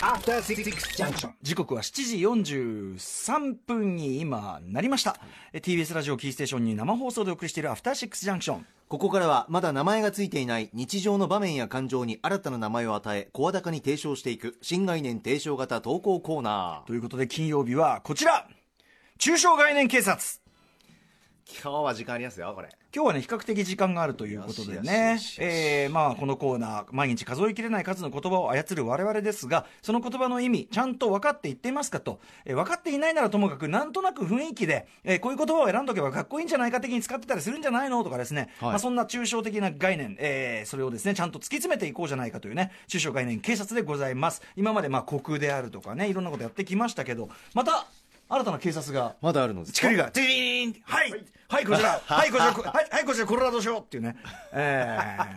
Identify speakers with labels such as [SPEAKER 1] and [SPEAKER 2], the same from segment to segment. [SPEAKER 1] Station.
[SPEAKER 2] 時刻は7時43分に今なりましたえ TBS ラジオキーステーションに生放送でお送りしている「アフターシックスジャンクション
[SPEAKER 3] ここからはまだ名前がついていない日常の場面や感情に新たな名前を与え声高に提唱していく新概念提唱型投稿コーナ」ー
[SPEAKER 2] ということで金曜日はこちら中小概念警察
[SPEAKER 3] 今日は時間ありますよこれ
[SPEAKER 2] 今日はね、比較的時間があるということでね
[SPEAKER 3] よしよしよし、よし
[SPEAKER 2] えー、まあ、このコーナー、毎日数えきれない数の言葉を操る我々ですが、その言葉の意味、ちゃんと分かって言っていますかと、えー分かっていないならともかく、なんとなく雰囲気で、えーこういう言葉を選んどけばかっこいいんじゃないか的に使ってたりするんじゃないのとかですね、
[SPEAKER 3] はい
[SPEAKER 2] まあ、そんな抽象的な概念、えー、それをですね、ちゃんと突き詰めていこうじゃないかというね、抽象概念警察でございます。今まで、まあ、虚空であるとかね、いろんなことやってきましたけど、また、新たな警察が、
[SPEAKER 3] まだあるのです
[SPEAKER 2] チクリが、ディーンはいはい、こち らはい、こちらこはい、はい、こちらコロラド賞っていうね。え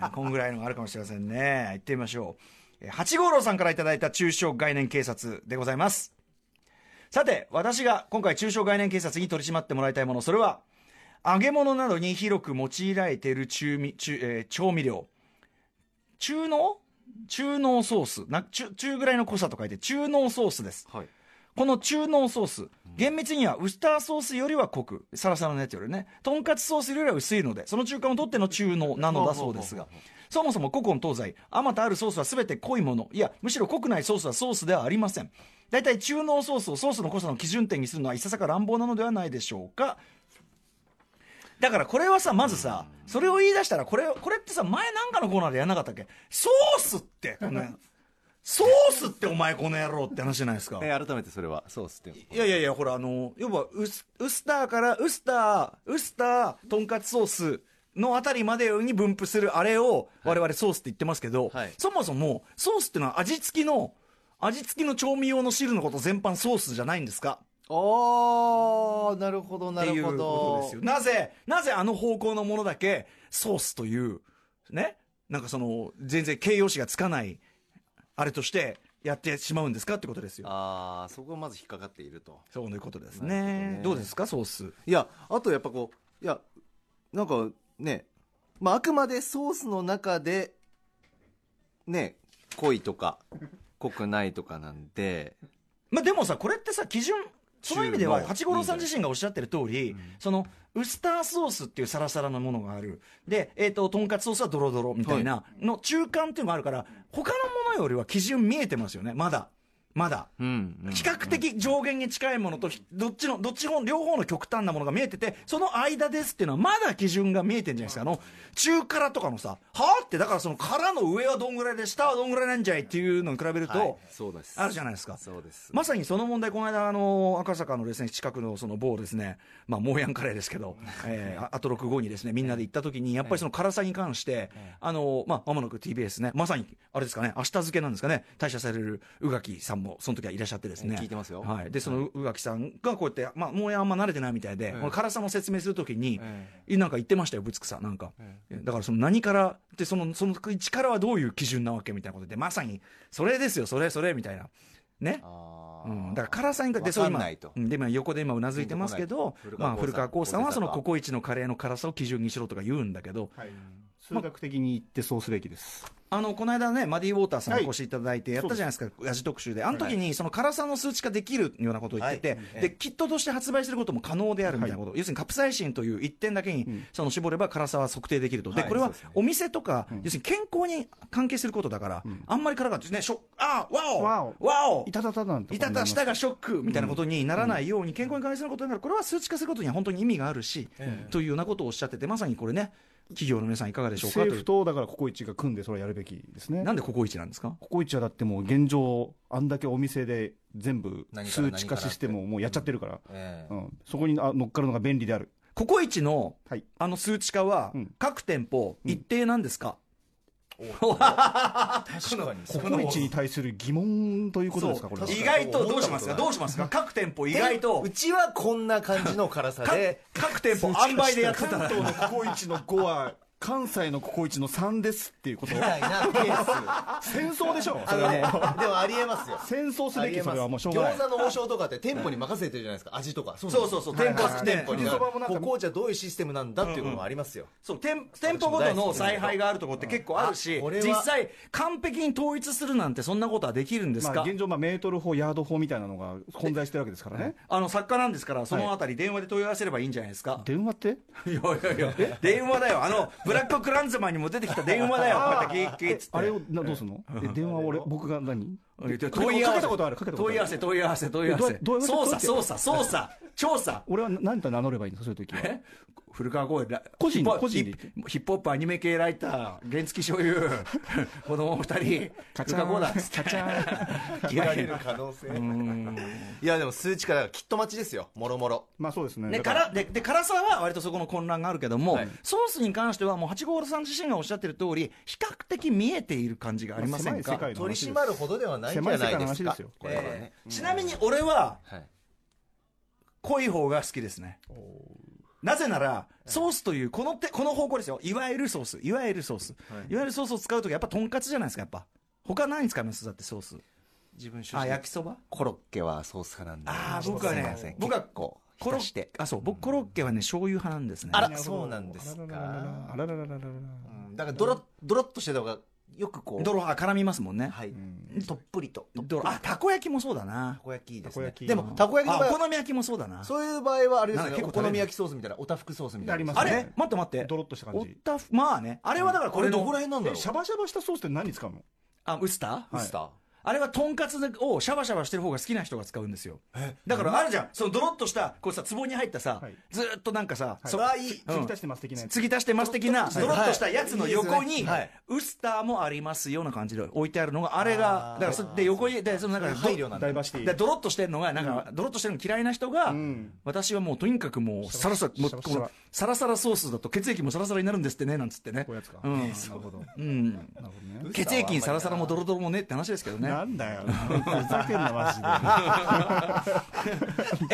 [SPEAKER 2] ー、 こんぐらいのがあるかもしれませんね。行ってみましょう。えー八五郎さんからいただいた中小概念警察でございます。さて、私が今回中小概念警察に取り締まってもらいたいもの、それは、揚げ物などに広く用いられている中味中、えー調味料。中濃中濃ソース。な中、中ぐらいの濃さと書いて、中濃ソースです。
[SPEAKER 3] はい
[SPEAKER 2] この中濃ソース、厳密にはウスターソースよりは濃く、サラサラのやつよりね、とんかつソースよりは薄いので、その中間を取っての中濃なのだそうですが、そもそも古今東西、あまたあるソースは全て濃いもの、いや、むしろ濃くないソースはソースではありません。大体中濃ソースをソースの濃さの基準点にするのはいささか乱暴なのではないでしょうか。だからこれはさ、まずさ、それを言い出したら、これ、これってさ、前なんかのコーナーでやんなかったっけソースって、この、ソースってお前この野郎って話じゃないですか。
[SPEAKER 3] えー改めてそれはそうっすって
[SPEAKER 2] いやいやいや、ほら、あの、要はウス、ウスターから、ウスター、ウスター、とんかつソースのあたりまでに分布するあれを、我々ソースって言ってますけど、
[SPEAKER 3] はい
[SPEAKER 2] そもそも、ソースってのは味付きの、味付きの調味用の汁のこと全般ソースじゃないんですか
[SPEAKER 3] おーなるほど
[SPEAKER 2] っ
[SPEAKER 3] な
[SPEAKER 2] てい
[SPEAKER 3] る
[SPEAKER 2] う
[SPEAKER 3] ほ
[SPEAKER 2] こと
[SPEAKER 3] ど
[SPEAKER 2] ですよ。なぜ、なぜあの方向のものだけ、ソースという、ね、なんかその、全然形容詞がつかない、あれとして、やってしまうんですかってことですよ。
[SPEAKER 3] ああそこがまず引っかかっていると
[SPEAKER 2] そういうことです
[SPEAKER 3] なるほど
[SPEAKER 2] ね
[SPEAKER 3] ね
[SPEAKER 2] どうですか、ソース。
[SPEAKER 3] いやあとやっぱこういやなんかね、まあ、あくまでソースの中でね濃いとか濃くないとかなんで
[SPEAKER 2] まあ、でもさこれってさ基準その意味で
[SPEAKER 3] 中
[SPEAKER 2] は
[SPEAKER 3] の
[SPEAKER 2] 八五郎さん自身がおっしゃってる通り、そのウスターソースっていうサラサラなものがあるで、えー、ととんかつソースはドロドロみたいなの中間っていうのがあるから他のものよりは基準見えてますよねまだまだ。
[SPEAKER 3] うん、
[SPEAKER 2] 比較的上限に近いものとひどっちのどっち方両方の極端なものが見えててその間ですっていうのはまだ基準が見えてんじゃないですかあの中辛とかのさはあってだからその殻の上はどんぐらいで下はどんぐらいなんじゃいっていうのに比べると、
[SPEAKER 3] はいそうです
[SPEAKER 2] あるじゃないですか
[SPEAKER 3] そうです
[SPEAKER 2] まさにその問題、この間、あの赤坂のです、ね、近くのその某ですね、まあ、モーヤンカレーです けど、えー、あアトロク後にですねみんなで行った時に、やっぱりその辛さに関して、あのまあ間もなく TBS ね、まさにあれですかね、明日付けなんですかね、退社される宇垣さんも、その時はいらっしゃってですね、
[SPEAKER 3] え聞いてますよ
[SPEAKER 2] はい、でその宇垣さんがこうやって、まあ、モーヤンあんま慣れてないみたいで、
[SPEAKER 3] ええ
[SPEAKER 2] この辛さの説明するときに、
[SPEAKER 3] え
[SPEAKER 2] なんか言ってましたよ、ぶつくさ、なんか、
[SPEAKER 3] え
[SPEAKER 2] だからその何からって、そのその力はどういう基準なわけみたいなことで、まさにそれですよ、それ、それみたいな。ね、
[SPEAKER 3] あ
[SPEAKER 2] う
[SPEAKER 3] ー
[SPEAKER 2] ん、だから辛さにだってそう
[SPEAKER 3] わかん
[SPEAKER 2] 今
[SPEAKER 3] ないと
[SPEAKER 2] うんで今横で今うなずいてますけど
[SPEAKER 3] ピンとこな
[SPEAKER 2] ま
[SPEAKER 3] い
[SPEAKER 2] あ、古川光さんは
[SPEAKER 3] 古川光さん
[SPEAKER 2] そのココイチのカレーの辛さを基準にしろとか言うんだけど
[SPEAKER 4] はい、数学的に言ってそうすべきです。
[SPEAKER 2] あのこの間ねマディ・ウォーターさんお
[SPEAKER 4] はい
[SPEAKER 2] 越しいただいてやったじゃないですか、味特集であの時にその辛さの数値化できるようなことを言ってて、でキットとして発売することも可能であるみたいなこと、要するにカプサイシンという一点だけに、その絞れば辛さは測定できると、でこれはお店とか、要するに健康に関係することだから、あんまり辛かったですねしょあーわお
[SPEAKER 4] わお
[SPEAKER 2] わお
[SPEAKER 4] いたたたなんて
[SPEAKER 2] いたた舌
[SPEAKER 4] が
[SPEAKER 2] がショックみたいなことにならないように健康に関することになるこれは数値化することには本当に意味があるし、というようなことをおっしゃっててまさにこれね企業の皆さんいかがでしょうかと
[SPEAKER 4] 政
[SPEAKER 2] い
[SPEAKER 4] 府
[SPEAKER 2] う
[SPEAKER 4] とだからココイチが組んでそれはやるべきですね。
[SPEAKER 2] なんでココイチなんですか
[SPEAKER 4] ココイチはだってもう現状あんだけお店で全部
[SPEAKER 3] 何から
[SPEAKER 4] 数値化システムをもうやっちゃってるから、
[SPEAKER 3] え
[SPEAKER 4] うんそこにあ乗っかるのが便利である。
[SPEAKER 2] ココイチの
[SPEAKER 4] はい。
[SPEAKER 2] あの数値化は
[SPEAKER 4] うん
[SPEAKER 2] 各店舗一定なんですか、
[SPEAKER 5] 確かに
[SPEAKER 4] ココイチに対する疑問ということですかこれは。
[SPEAKER 2] 意外とどうしますかどうしますか各店舗意外と
[SPEAKER 3] うちはこんな感じの辛さ
[SPEAKER 2] か
[SPEAKER 3] で
[SPEAKER 2] 各店舗塩梅でやってたら
[SPEAKER 4] 関東のココイチの5は関西のココイチの3ですっていう こと
[SPEAKER 3] みたいなケース
[SPEAKER 4] 戦争でしょ
[SPEAKER 3] あ
[SPEAKER 4] それ
[SPEAKER 3] のね
[SPEAKER 4] は
[SPEAKER 3] でもありえますよ
[SPEAKER 4] 戦争す
[SPEAKER 3] あ
[SPEAKER 4] べ
[SPEAKER 3] り
[SPEAKER 4] き
[SPEAKER 3] え
[SPEAKER 4] そ
[SPEAKER 3] ま
[SPEAKER 4] れ
[SPEAKER 3] す
[SPEAKER 4] はもうしょうがない
[SPEAKER 3] 餃子の王将とかって店舗に任せてるじゃないですか味とかそう
[SPEAKER 2] そうそうそう
[SPEAKER 3] 店舗
[SPEAKER 2] はいはい
[SPEAKER 3] は店舗に
[SPEAKER 4] ねそばもなん
[SPEAKER 3] こ
[SPEAKER 4] か
[SPEAKER 3] こじゃどういうシステムなんだっていうのもありますよ
[SPEAKER 2] そう店店舗ごとの采配があるところって結構あるし、
[SPEAKER 3] あこれは
[SPEAKER 2] 実際、完璧に統一するなんて、そんなことはできるんです
[SPEAKER 4] まあ、
[SPEAKER 2] か、
[SPEAKER 4] 現状、まあ、メートル法、ヤード法みたいなのが混在してるわけですからね。
[SPEAKER 2] あの作家なんですから、そのあたり、電話で問い合わせればいいんじゃないですか、
[SPEAKER 4] 電話って
[SPEAKER 2] い、やいやいや、電話だよ、あのブラック・クランズマンにも出てきた電話だよ、こうやってギーギーっつって。
[SPEAKER 4] あれをなどうすんのえ電話を俺、僕が何
[SPEAKER 2] 問
[SPEAKER 4] 問
[SPEAKER 2] い
[SPEAKER 4] い
[SPEAKER 2] 合
[SPEAKER 4] 合
[SPEAKER 2] わ
[SPEAKER 4] わ
[SPEAKER 2] せ
[SPEAKER 4] せことあるかけたことある
[SPEAKER 2] 問い合わせ問い合わせ問い合わせ
[SPEAKER 4] どうどういうこ
[SPEAKER 2] 捜
[SPEAKER 4] と
[SPEAKER 2] 査捜査捜査調査
[SPEAKER 4] 俺は何と名乗ればいいんですか、そういう時は。
[SPEAKER 2] え古川公園ら
[SPEAKER 4] 個人
[SPEAKER 2] ヒップホップ
[SPEAKER 4] 個人で言
[SPEAKER 2] ヒップホップアニメ系ライター原付所有子供二人
[SPEAKER 4] カチ
[SPEAKER 2] 古
[SPEAKER 4] ャ
[SPEAKER 2] 川公園
[SPEAKER 4] ーン、
[SPEAKER 2] だ
[SPEAKER 4] カチ ャーン。
[SPEAKER 3] 切られる可能性 いやでも数値からきっと待ちですよもろもろ
[SPEAKER 4] まあそうですね。
[SPEAKER 2] ね、
[SPEAKER 4] だか
[SPEAKER 2] かららでで辛さは割とそこの混乱があるけども、
[SPEAKER 3] はい
[SPEAKER 2] ソースに関しては、もう八五郎さん自身がおっしゃってる通り、比較的見えている感じがありません
[SPEAKER 4] 狭い
[SPEAKER 2] か
[SPEAKER 4] 世、界の話
[SPEAKER 3] 取
[SPEAKER 4] で
[SPEAKER 3] り
[SPEAKER 4] す
[SPEAKER 3] 締まるほどではないんじゃないで
[SPEAKER 4] 狭い
[SPEAKER 3] す
[SPEAKER 4] 世界の話で
[SPEAKER 3] か
[SPEAKER 4] すよ
[SPEAKER 3] これはね
[SPEAKER 2] えーちなみに俺は
[SPEAKER 3] はい
[SPEAKER 2] 濃い方が好きですね。なぜなら、ソースという、この手、この方向ですよ。いわゆるソース。いわゆるソース。い、わゆるソースを使うとき、やっぱとんかつじゃないですか、やっぱ。他何に使いますだってソース。
[SPEAKER 3] 自分主
[SPEAKER 2] あ、焼きそば
[SPEAKER 3] コロッケはソース派なんで
[SPEAKER 2] あー僕はね
[SPEAKER 3] すいません
[SPEAKER 2] 僕は
[SPEAKER 3] 結構
[SPEAKER 2] コロ
[SPEAKER 3] 浸し
[SPEAKER 2] ッケ
[SPEAKER 3] て。
[SPEAKER 2] あ、そう。僕コロッケはね、醤油派なんですね。
[SPEAKER 3] あらそうなんですか
[SPEAKER 4] あららららららら
[SPEAKER 3] うんだからドロッドロッとしてた方がよくこう
[SPEAKER 2] 泥は絡みますもんね。
[SPEAKER 3] はい
[SPEAKER 4] ん
[SPEAKER 3] とっぷりと
[SPEAKER 2] 泥あ、たこ焼きもそうだな
[SPEAKER 3] た。こ焼きいいです
[SPEAKER 4] たこ
[SPEAKER 3] ね
[SPEAKER 4] 焼き
[SPEAKER 3] でもたこ焼きの場
[SPEAKER 2] あお
[SPEAKER 3] 合は
[SPEAKER 2] 好み焼きもそうだな。
[SPEAKER 3] そういう場合はあれです
[SPEAKER 2] なん
[SPEAKER 3] よ
[SPEAKER 2] か
[SPEAKER 3] ね
[SPEAKER 2] 結
[SPEAKER 3] お
[SPEAKER 2] 構食べる
[SPEAKER 3] 好み焼きソースみたいなおたふくソースみたいな
[SPEAKER 4] あります
[SPEAKER 2] あ
[SPEAKER 4] ね
[SPEAKER 2] れ待って待って。
[SPEAKER 4] ドロッとした感
[SPEAKER 2] おっ
[SPEAKER 4] じ。
[SPEAKER 2] たふ、まあね。あれはだからこ
[SPEAKER 3] こ
[SPEAKER 2] れ
[SPEAKER 3] れ
[SPEAKER 2] の、
[SPEAKER 3] どこら辺なんだろ
[SPEAKER 4] え
[SPEAKER 3] う
[SPEAKER 4] シャバシャバしたソースって何使うの
[SPEAKER 2] あ、ウスター
[SPEAKER 4] はい
[SPEAKER 3] ウスター
[SPEAKER 2] あれはとんかつをシャバシャバしてる方が好きな人が使うんですよ。だからあるじゃん。そのドロッとした、こうさ、壺に入ったさ
[SPEAKER 4] はい、
[SPEAKER 2] ずーっとなんかさ、
[SPEAKER 4] はい
[SPEAKER 2] そばいい。
[SPEAKER 4] 継ぎ足してます的なやつ。
[SPEAKER 2] 継ぎ足してます的な、
[SPEAKER 3] ちょ
[SPEAKER 2] ド
[SPEAKER 3] っと
[SPEAKER 2] ロッとしたやつの横
[SPEAKER 3] はいいい
[SPEAKER 2] に
[SPEAKER 3] ですねはい、
[SPEAKER 2] ウスターもありますような感じで置いてあるのが、あれが
[SPEAKER 3] あ、ー
[SPEAKER 2] だからそ、で、横に、で、そのなんか、
[SPEAKER 3] 配慮なん
[SPEAKER 4] ダ
[SPEAKER 3] だ
[SPEAKER 4] イバーシティ。
[SPEAKER 2] でドロッとしてるのが、なんか、ドロッとしてるの嫌いな人が、
[SPEAKER 4] ん
[SPEAKER 2] 私はもうとにかくもう、サラサラ、もう
[SPEAKER 4] シャバ
[SPEAKER 2] こ
[SPEAKER 4] シャバ
[SPEAKER 2] のサラサラソースだと血液もサラサラになるんですってね、なんつってね
[SPEAKER 4] こう。いうやつか。
[SPEAKER 2] うん
[SPEAKER 4] なるほ ど。な
[SPEAKER 2] うん。
[SPEAKER 4] るほどね。
[SPEAKER 2] 血液にサラサラもドロドロもねって話ですけどね。
[SPEAKER 4] なんだよ。ふざけんな、マ
[SPEAKER 2] え
[SPEAKER 4] ジで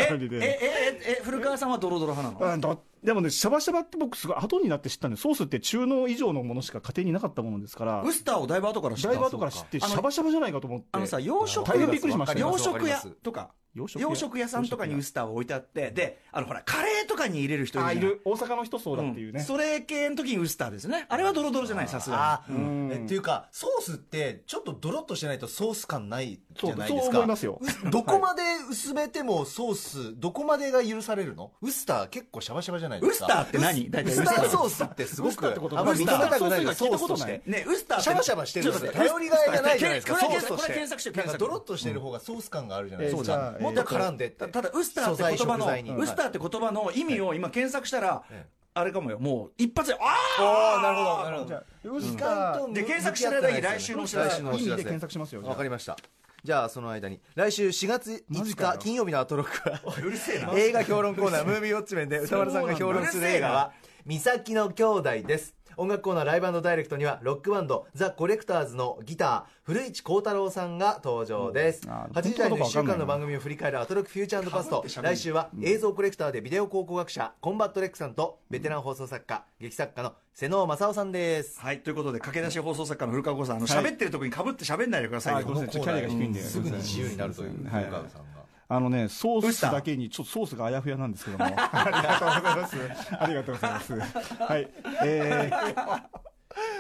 [SPEAKER 2] え
[SPEAKER 4] マジで。
[SPEAKER 2] えええ古川さんはドロドロ派なの
[SPEAKER 4] うんだでもね、シャバシャバって僕、すごい後になって知ったんで、ソースって中濃以上のものしか家庭になかったものですから、
[SPEAKER 2] ウスターをだいぶ後から知った
[SPEAKER 4] ダイバーとから知って、シ
[SPEAKER 2] あの
[SPEAKER 4] ャバシャバじゃないかと思って、
[SPEAKER 2] あのさ洋食
[SPEAKER 4] 大変びっくりしましたよ
[SPEAKER 2] 洋食屋
[SPEAKER 3] わかります
[SPEAKER 2] とか
[SPEAKER 4] 洋食屋
[SPEAKER 2] 洋食屋さんとかにウスターを置いてあってであのほらカレーとかに入れる人
[SPEAKER 4] あ
[SPEAKER 2] い
[SPEAKER 4] い
[SPEAKER 2] るじゃん
[SPEAKER 4] る、大阪の人そうだっていう
[SPEAKER 2] うん
[SPEAKER 4] ね、
[SPEAKER 2] それ系の時にウスターですねあれはドロドロじゃないさすが
[SPEAKER 3] あ
[SPEAKER 2] に
[SPEAKER 3] ー
[SPEAKER 4] ん
[SPEAKER 3] えっていうかソースってちょっとドロッとしてないとソース感ないじ
[SPEAKER 4] そ
[SPEAKER 3] ゃ
[SPEAKER 4] う
[SPEAKER 3] ないで
[SPEAKER 4] そう
[SPEAKER 3] すか
[SPEAKER 4] 思いますよ、
[SPEAKER 3] どこまで薄めてもソース、どこまでが許されるのウスター結構シャバシャバじゃないですか。
[SPEAKER 2] ウスターって何大
[SPEAKER 3] ウ
[SPEAKER 2] 体
[SPEAKER 3] スターソースってすご
[SPEAKER 4] ウスターってこ
[SPEAKER 3] く、
[SPEAKER 4] と
[SPEAKER 3] あんまり認めたくない
[SPEAKER 4] ウ
[SPEAKER 3] の
[SPEAKER 4] スター
[SPEAKER 3] ソ
[SPEAKER 4] ソース
[SPEAKER 3] ースし
[SPEAKER 4] が聞いたこととない
[SPEAKER 3] て。
[SPEAKER 2] ねウスターって
[SPEAKER 3] シャバシャバしてるんですよ
[SPEAKER 2] ちょっと待っ
[SPEAKER 3] 頼りがいがないじゃないですか
[SPEAKER 2] こ
[SPEAKER 3] ソ
[SPEAKER 2] れ
[SPEAKER 3] ースと
[SPEAKER 2] これ
[SPEAKER 3] して
[SPEAKER 2] 検索して
[SPEAKER 3] なんか
[SPEAKER 2] 検索
[SPEAKER 3] ドロッとしてる方がソース感があるじゃないです
[SPEAKER 4] え
[SPEAKER 3] か。
[SPEAKER 4] ーじゃあ
[SPEAKER 3] もっと絡んでって。
[SPEAKER 2] たただウスターって言葉
[SPEAKER 3] 素材食材
[SPEAKER 2] の
[SPEAKER 3] に
[SPEAKER 2] ウスターって言葉の意味を今検索したら
[SPEAKER 3] ええ
[SPEAKER 2] あれかもよもう一発であ
[SPEAKER 3] あ
[SPEAKER 2] あ
[SPEAKER 3] あ、なるほど、なるほど。
[SPEAKER 4] じゃあウ
[SPEAKER 3] 時
[SPEAKER 4] スタ
[SPEAKER 3] 間
[SPEAKER 4] ー、
[SPEAKER 3] と向
[SPEAKER 2] で検索してない間に来週のお知らせ
[SPEAKER 3] 来週のお
[SPEAKER 4] 意味
[SPEAKER 3] 知
[SPEAKER 4] で
[SPEAKER 3] らせ
[SPEAKER 4] 検索しますよ、じゃあ
[SPEAKER 3] わかりました。じゃあ、その間に、来週4月
[SPEAKER 4] マ
[SPEAKER 3] 5
[SPEAKER 4] ジか
[SPEAKER 3] 日
[SPEAKER 4] よ
[SPEAKER 3] 金曜日のアトロックは、
[SPEAKER 2] うるせえな
[SPEAKER 3] 映画評論コーナー、ムービーウォッチメンで歌丸さんが評論する映画は、三崎の兄弟です。音楽コーナーライブダイレクトには、ロックバンド、ザ・コレクターズのギター、古市幸太郎さんが登場です。
[SPEAKER 4] うんあー
[SPEAKER 3] 8時台の1週間の番組を振り返るアトロックフューチャーパスト
[SPEAKER 2] 被って喋。る
[SPEAKER 3] 来週は映像コレクターでビデオ考古学者、コンバットレックさんと、ベテラン放送作家、劇作家の瀬能正夫さんです。
[SPEAKER 2] はいということで駆け出し放送作家の古川剛さんあの喋ってるとこにかぶって喋んないでくださ
[SPEAKER 4] はいいご
[SPEAKER 2] よ
[SPEAKER 4] めんなさいちょっとキャリアが低いんで、
[SPEAKER 3] すぐに自由になるという、
[SPEAKER 4] はい
[SPEAKER 3] 古川さんが。
[SPEAKER 4] あのね、ソ
[SPEAKER 2] ウ
[SPEAKER 4] ー
[SPEAKER 2] ス
[SPEAKER 4] ス
[SPEAKER 2] ター
[SPEAKER 4] だけに、ちょっとソースがあやふやなんです けども。ありがとうございます。ありがとうございます。はい。えー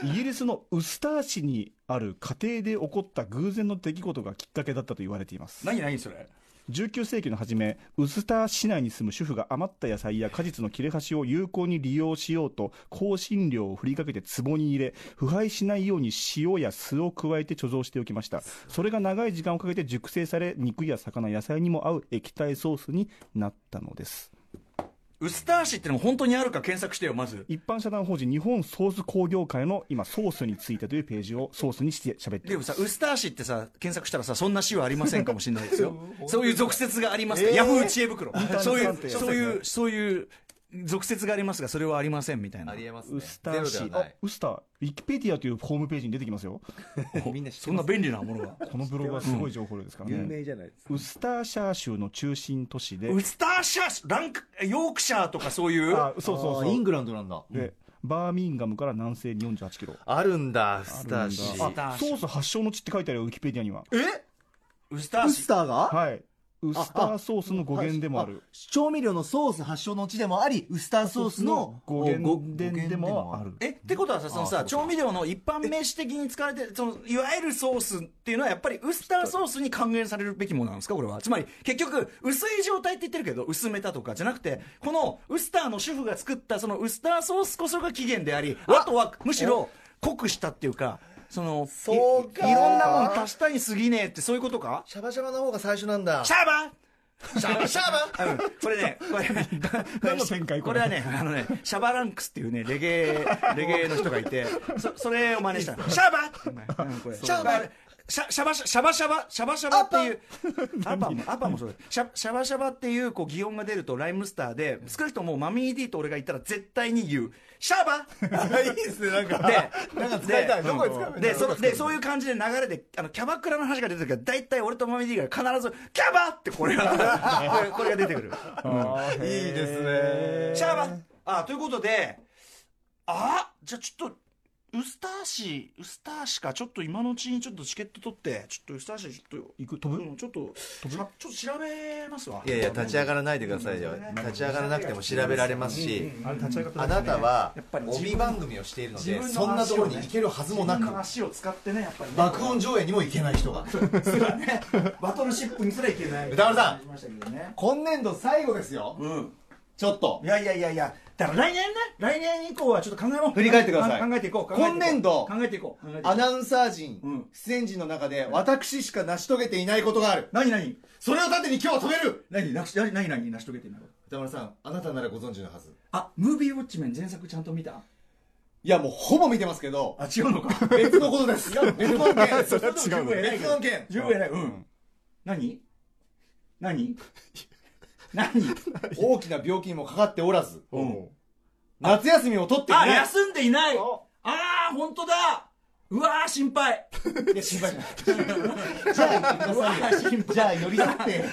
[SPEAKER 4] イギリスのウスター市にある家庭で起こった偶然の出来事がきっかけだったと言われています。
[SPEAKER 2] 何何それ
[SPEAKER 4] 19世紀の初め、ウスター市内に住む主婦が余った野菜や果実の切れ端を有効に利用しようと、香辛料を振りかけて壺に入れ、腐敗しないように塩や酢を加えて貯蔵しておきました。それが長い時間をかけて熟成され、肉や魚、野菜にも合う液体ソースになったのです。
[SPEAKER 2] ウスター氏ってのも本当にあるか検索してよまず
[SPEAKER 4] 一般社団法人日本ソース工業会の今、ソースについてというページをソースにして喋って
[SPEAKER 2] で
[SPEAKER 4] いま
[SPEAKER 2] も
[SPEAKER 4] す
[SPEAKER 2] さ。ウスター氏ってさ検索したらさそんな氏はありませんかもしれないですよそういう俗説がありますか、
[SPEAKER 3] えー
[SPEAKER 2] ヤフー知恵袋
[SPEAKER 4] ターネット
[SPEAKER 2] そうい
[SPEAKER 4] 鑑定
[SPEAKER 2] うそういうそういう俗説がありますがそれはありませんみたいな
[SPEAKER 3] ありえますね。
[SPEAKER 4] ウスター
[SPEAKER 3] ゼロ
[SPEAKER 4] 市、
[SPEAKER 3] では
[SPEAKER 4] あ
[SPEAKER 3] ない。
[SPEAKER 4] ウスター、ウィキペディアというホームページに出てきますよ。
[SPEAKER 3] みんな知って
[SPEAKER 2] そんな便利なものが
[SPEAKER 4] このブログはすごい情報量ですからね。
[SPEAKER 3] じゃないですか。
[SPEAKER 4] ウスターシャー州の中心都市で、
[SPEAKER 2] ウスターシャーランクヨークシャーとかそういう
[SPEAKER 4] あそうそうそう
[SPEAKER 3] イングランドなんだ。
[SPEAKER 4] でバーミンガムから南西に48キロ
[SPEAKER 3] あるんだウスター
[SPEAKER 2] ウ
[SPEAKER 3] 氏
[SPEAKER 2] スター
[SPEAKER 4] ソー
[SPEAKER 2] 市
[SPEAKER 4] ス発祥の地って書いてあるよウィキペディアには
[SPEAKER 3] え
[SPEAKER 2] ウスター
[SPEAKER 1] ウ
[SPEAKER 2] 市
[SPEAKER 1] スターが
[SPEAKER 4] はいウスターソースの語源でもある
[SPEAKER 1] 調味料のソース発祥の地でもありウスターソースの
[SPEAKER 4] 語源でもある
[SPEAKER 2] えってことはさそのさ
[SPEAKER 3] あそう
[SPEAKER 2] 調味料の一般名詞的に使われてるそのいわゆるソースっていうのはやっぱりウスターソースに還元されるべきものなんですかこれはつまり結局薄い状態って言ってるけど薄めたとかじゃなくてこのウスターの主婦が作ったそのウスターソースこそが起源でありあとはむしろ濃くしたっていうかその
[SPEAKER 3] そうか
[SPEAKER 2] いいろんなもん足したに過ぎねえってそういうことか
[SPEAKER 3] シャバシャバの方が最初なんだ
[SPEAKER 2] シャーバー
[SPEAKER 3] シャバシャバ
[SPEAKER 2] うんこれね、これ、
[SPEAKER 4] 何の展開
[SPEAKER 2] こ
[SPEAKER 4] こ
[SPEAKER 2] れ
[SPEAKER 4] れ
[SPEAKER 2] はね、あのね、シャバランクスっていうね、レゲエ、レゲエの人がいて、そそれを真似したのシャバうんこれシャバシャシャバシャバシャバシャバシャバっていう アパもアパもそうですシャシャバシャバっていうこう擬音が出るとライムスターで少なくともマミー D と俺が言ったら絶対に言うシャ バ
[SPEAKER 3] いいですねなんか
[SPEAKER 2] で、
[SPEAKER 3] なんか使いたいどこで使えばいいんだろう
[SPEAKER 2] で、そでそういう感じで流れで、あのキャバクラの話が出てくるから、大体俺とマミディが必ず、キャバってこれが、 これこれが出てくる。
[SPEAKER 3] いいですね
[SPEAKER 2] シャーバあということで、あじゃあちょっと、ウスター市、ウスター市か、ちょっと今のうちにちょっとチケット取って、ちょっとウスター市、ちょっと、
[SPEAKER 4] 行く飛ぶ
[SPEAKER 2] うんちょっと、ちょっと調べますわ。
[SPEAKER 3] いやいや立ち上がらないでくださいよ立ち上がらなくても調べられますし
[SPEAKER 4] あれ立ち上がった
[SPEAKER 3] あなたは
[SPEAKER 2] やっぱり自分
[SPEAKER 3] 帯番組をしているので
[SPEAKER 2] 自分
[SPEAKER 3] そ
[SPEAKER 2] の足をね
[SPEAKER 3] んなところに行けるはずもなく
[SPEAKER 2] 自分の足を使ってね、やっぱりね、
[SPEAKER 3] 爆音上映にも行けない人が
[SPEAKER 2] す らね、バトルシップにすらいけない。
[SPEAKER 3] 歌丸さん
[SPEAKER 2] ありましたけどね
[SPEAKER 3] 今年度最後ですよ
[SPEAKER 2] うん。
[SPEAKER 3] ちょっと
[SPEAKER 2] いやいやいやいや、だから来年ね、来年以降はちょっと考えも
[SPEAKER 3] 振り返ってください
[SPEAKER 2] 考えていこう。考えていこう
[SPEAKER 3] 今年度
[SPEAKER 2] 考えていこう。考えていこう
[SPEAKER 3] アナウンサー陣、
[SPEAKER 2] うん
[SPEAKER 3] 出演陣の中で私しか成し遂げていないことがある
[SPEAKER 2] 何何
[SPEAKER 3] それを盾に今日は止める
[SPEAKER 2] 何なし何何何成し遂げてんだろう
[SPEAKER 3] 歌丸さんあなたならご存知のはず
[SPEAKER 2] あ、ムービーウォッチメン前作ちゃんと見た
[SPEAKER 3] いやもうほぼ見てますけど
[SPEAKER 2] あ、違う のか。
[SPEAKER 3] 別のことです別の件
[SPEAKER 4] それは違うの
[SPEAKER 3] 別の件
[SPEAKER 2] 十分偉い。うん。何 何何
[SPEAKER 3] 大きな病気にもかかっておらず、
[SPEAKER 2] ん
[SPEAKER 3] 夏休みを取ってい
[SPEAKER 2] あ、
[SPEAKER 3] ない
[SPEAKER 2] 休んでいない
[SPEAKER 3] お
[SPEAKER 2] あー、本当だうわー、心 配
[SPEAKER 3] いや心配じゃないじゃあ行っ てくださいよじゃあ寄り添って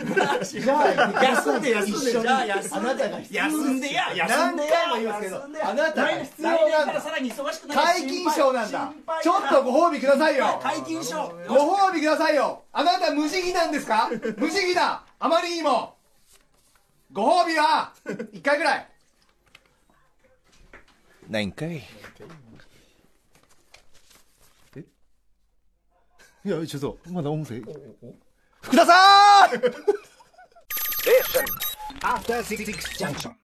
[SPEAKER 3] じゃあ行ってください
[SPEAKER 2] 休んで休んで
[SPEAKER 3] 一緒に
[SPEAKER 2] じゃあ休んで
[SPEAKER 3] あなたが必要です
[SPEAKER 2] 休んでや休ん
[SPEAKER 3] 何
[SPEAKER 2] でや
[SPEAKER 3] 回も言いますけど
[SPEAKER 2] 休んでや
[SPEAKER 3] あなたが必要
[SPEAKER 2] 来年
[SPEAKER 3] な
[SPEAKER 2] か
[SPEAKER 3] ん
[SPEAKER 2] ら
[SPEAKER 3] だ
[SPEAKER 2] さらに忙しくなる
[SPEAKER 3] 解禁賞なんだ
[SPEAKER 2] 心配
[SPEAKER 3] ちょっとご褒美くださいよ
[SPEAKER 2] 解禁賞
[SPEAKER 3] ご褒美くださいよあなた無慈悲なんですか無慈悲だあまりにもご褒美は1回ぐらいないんかいえいやちょっとまだ音声福田さん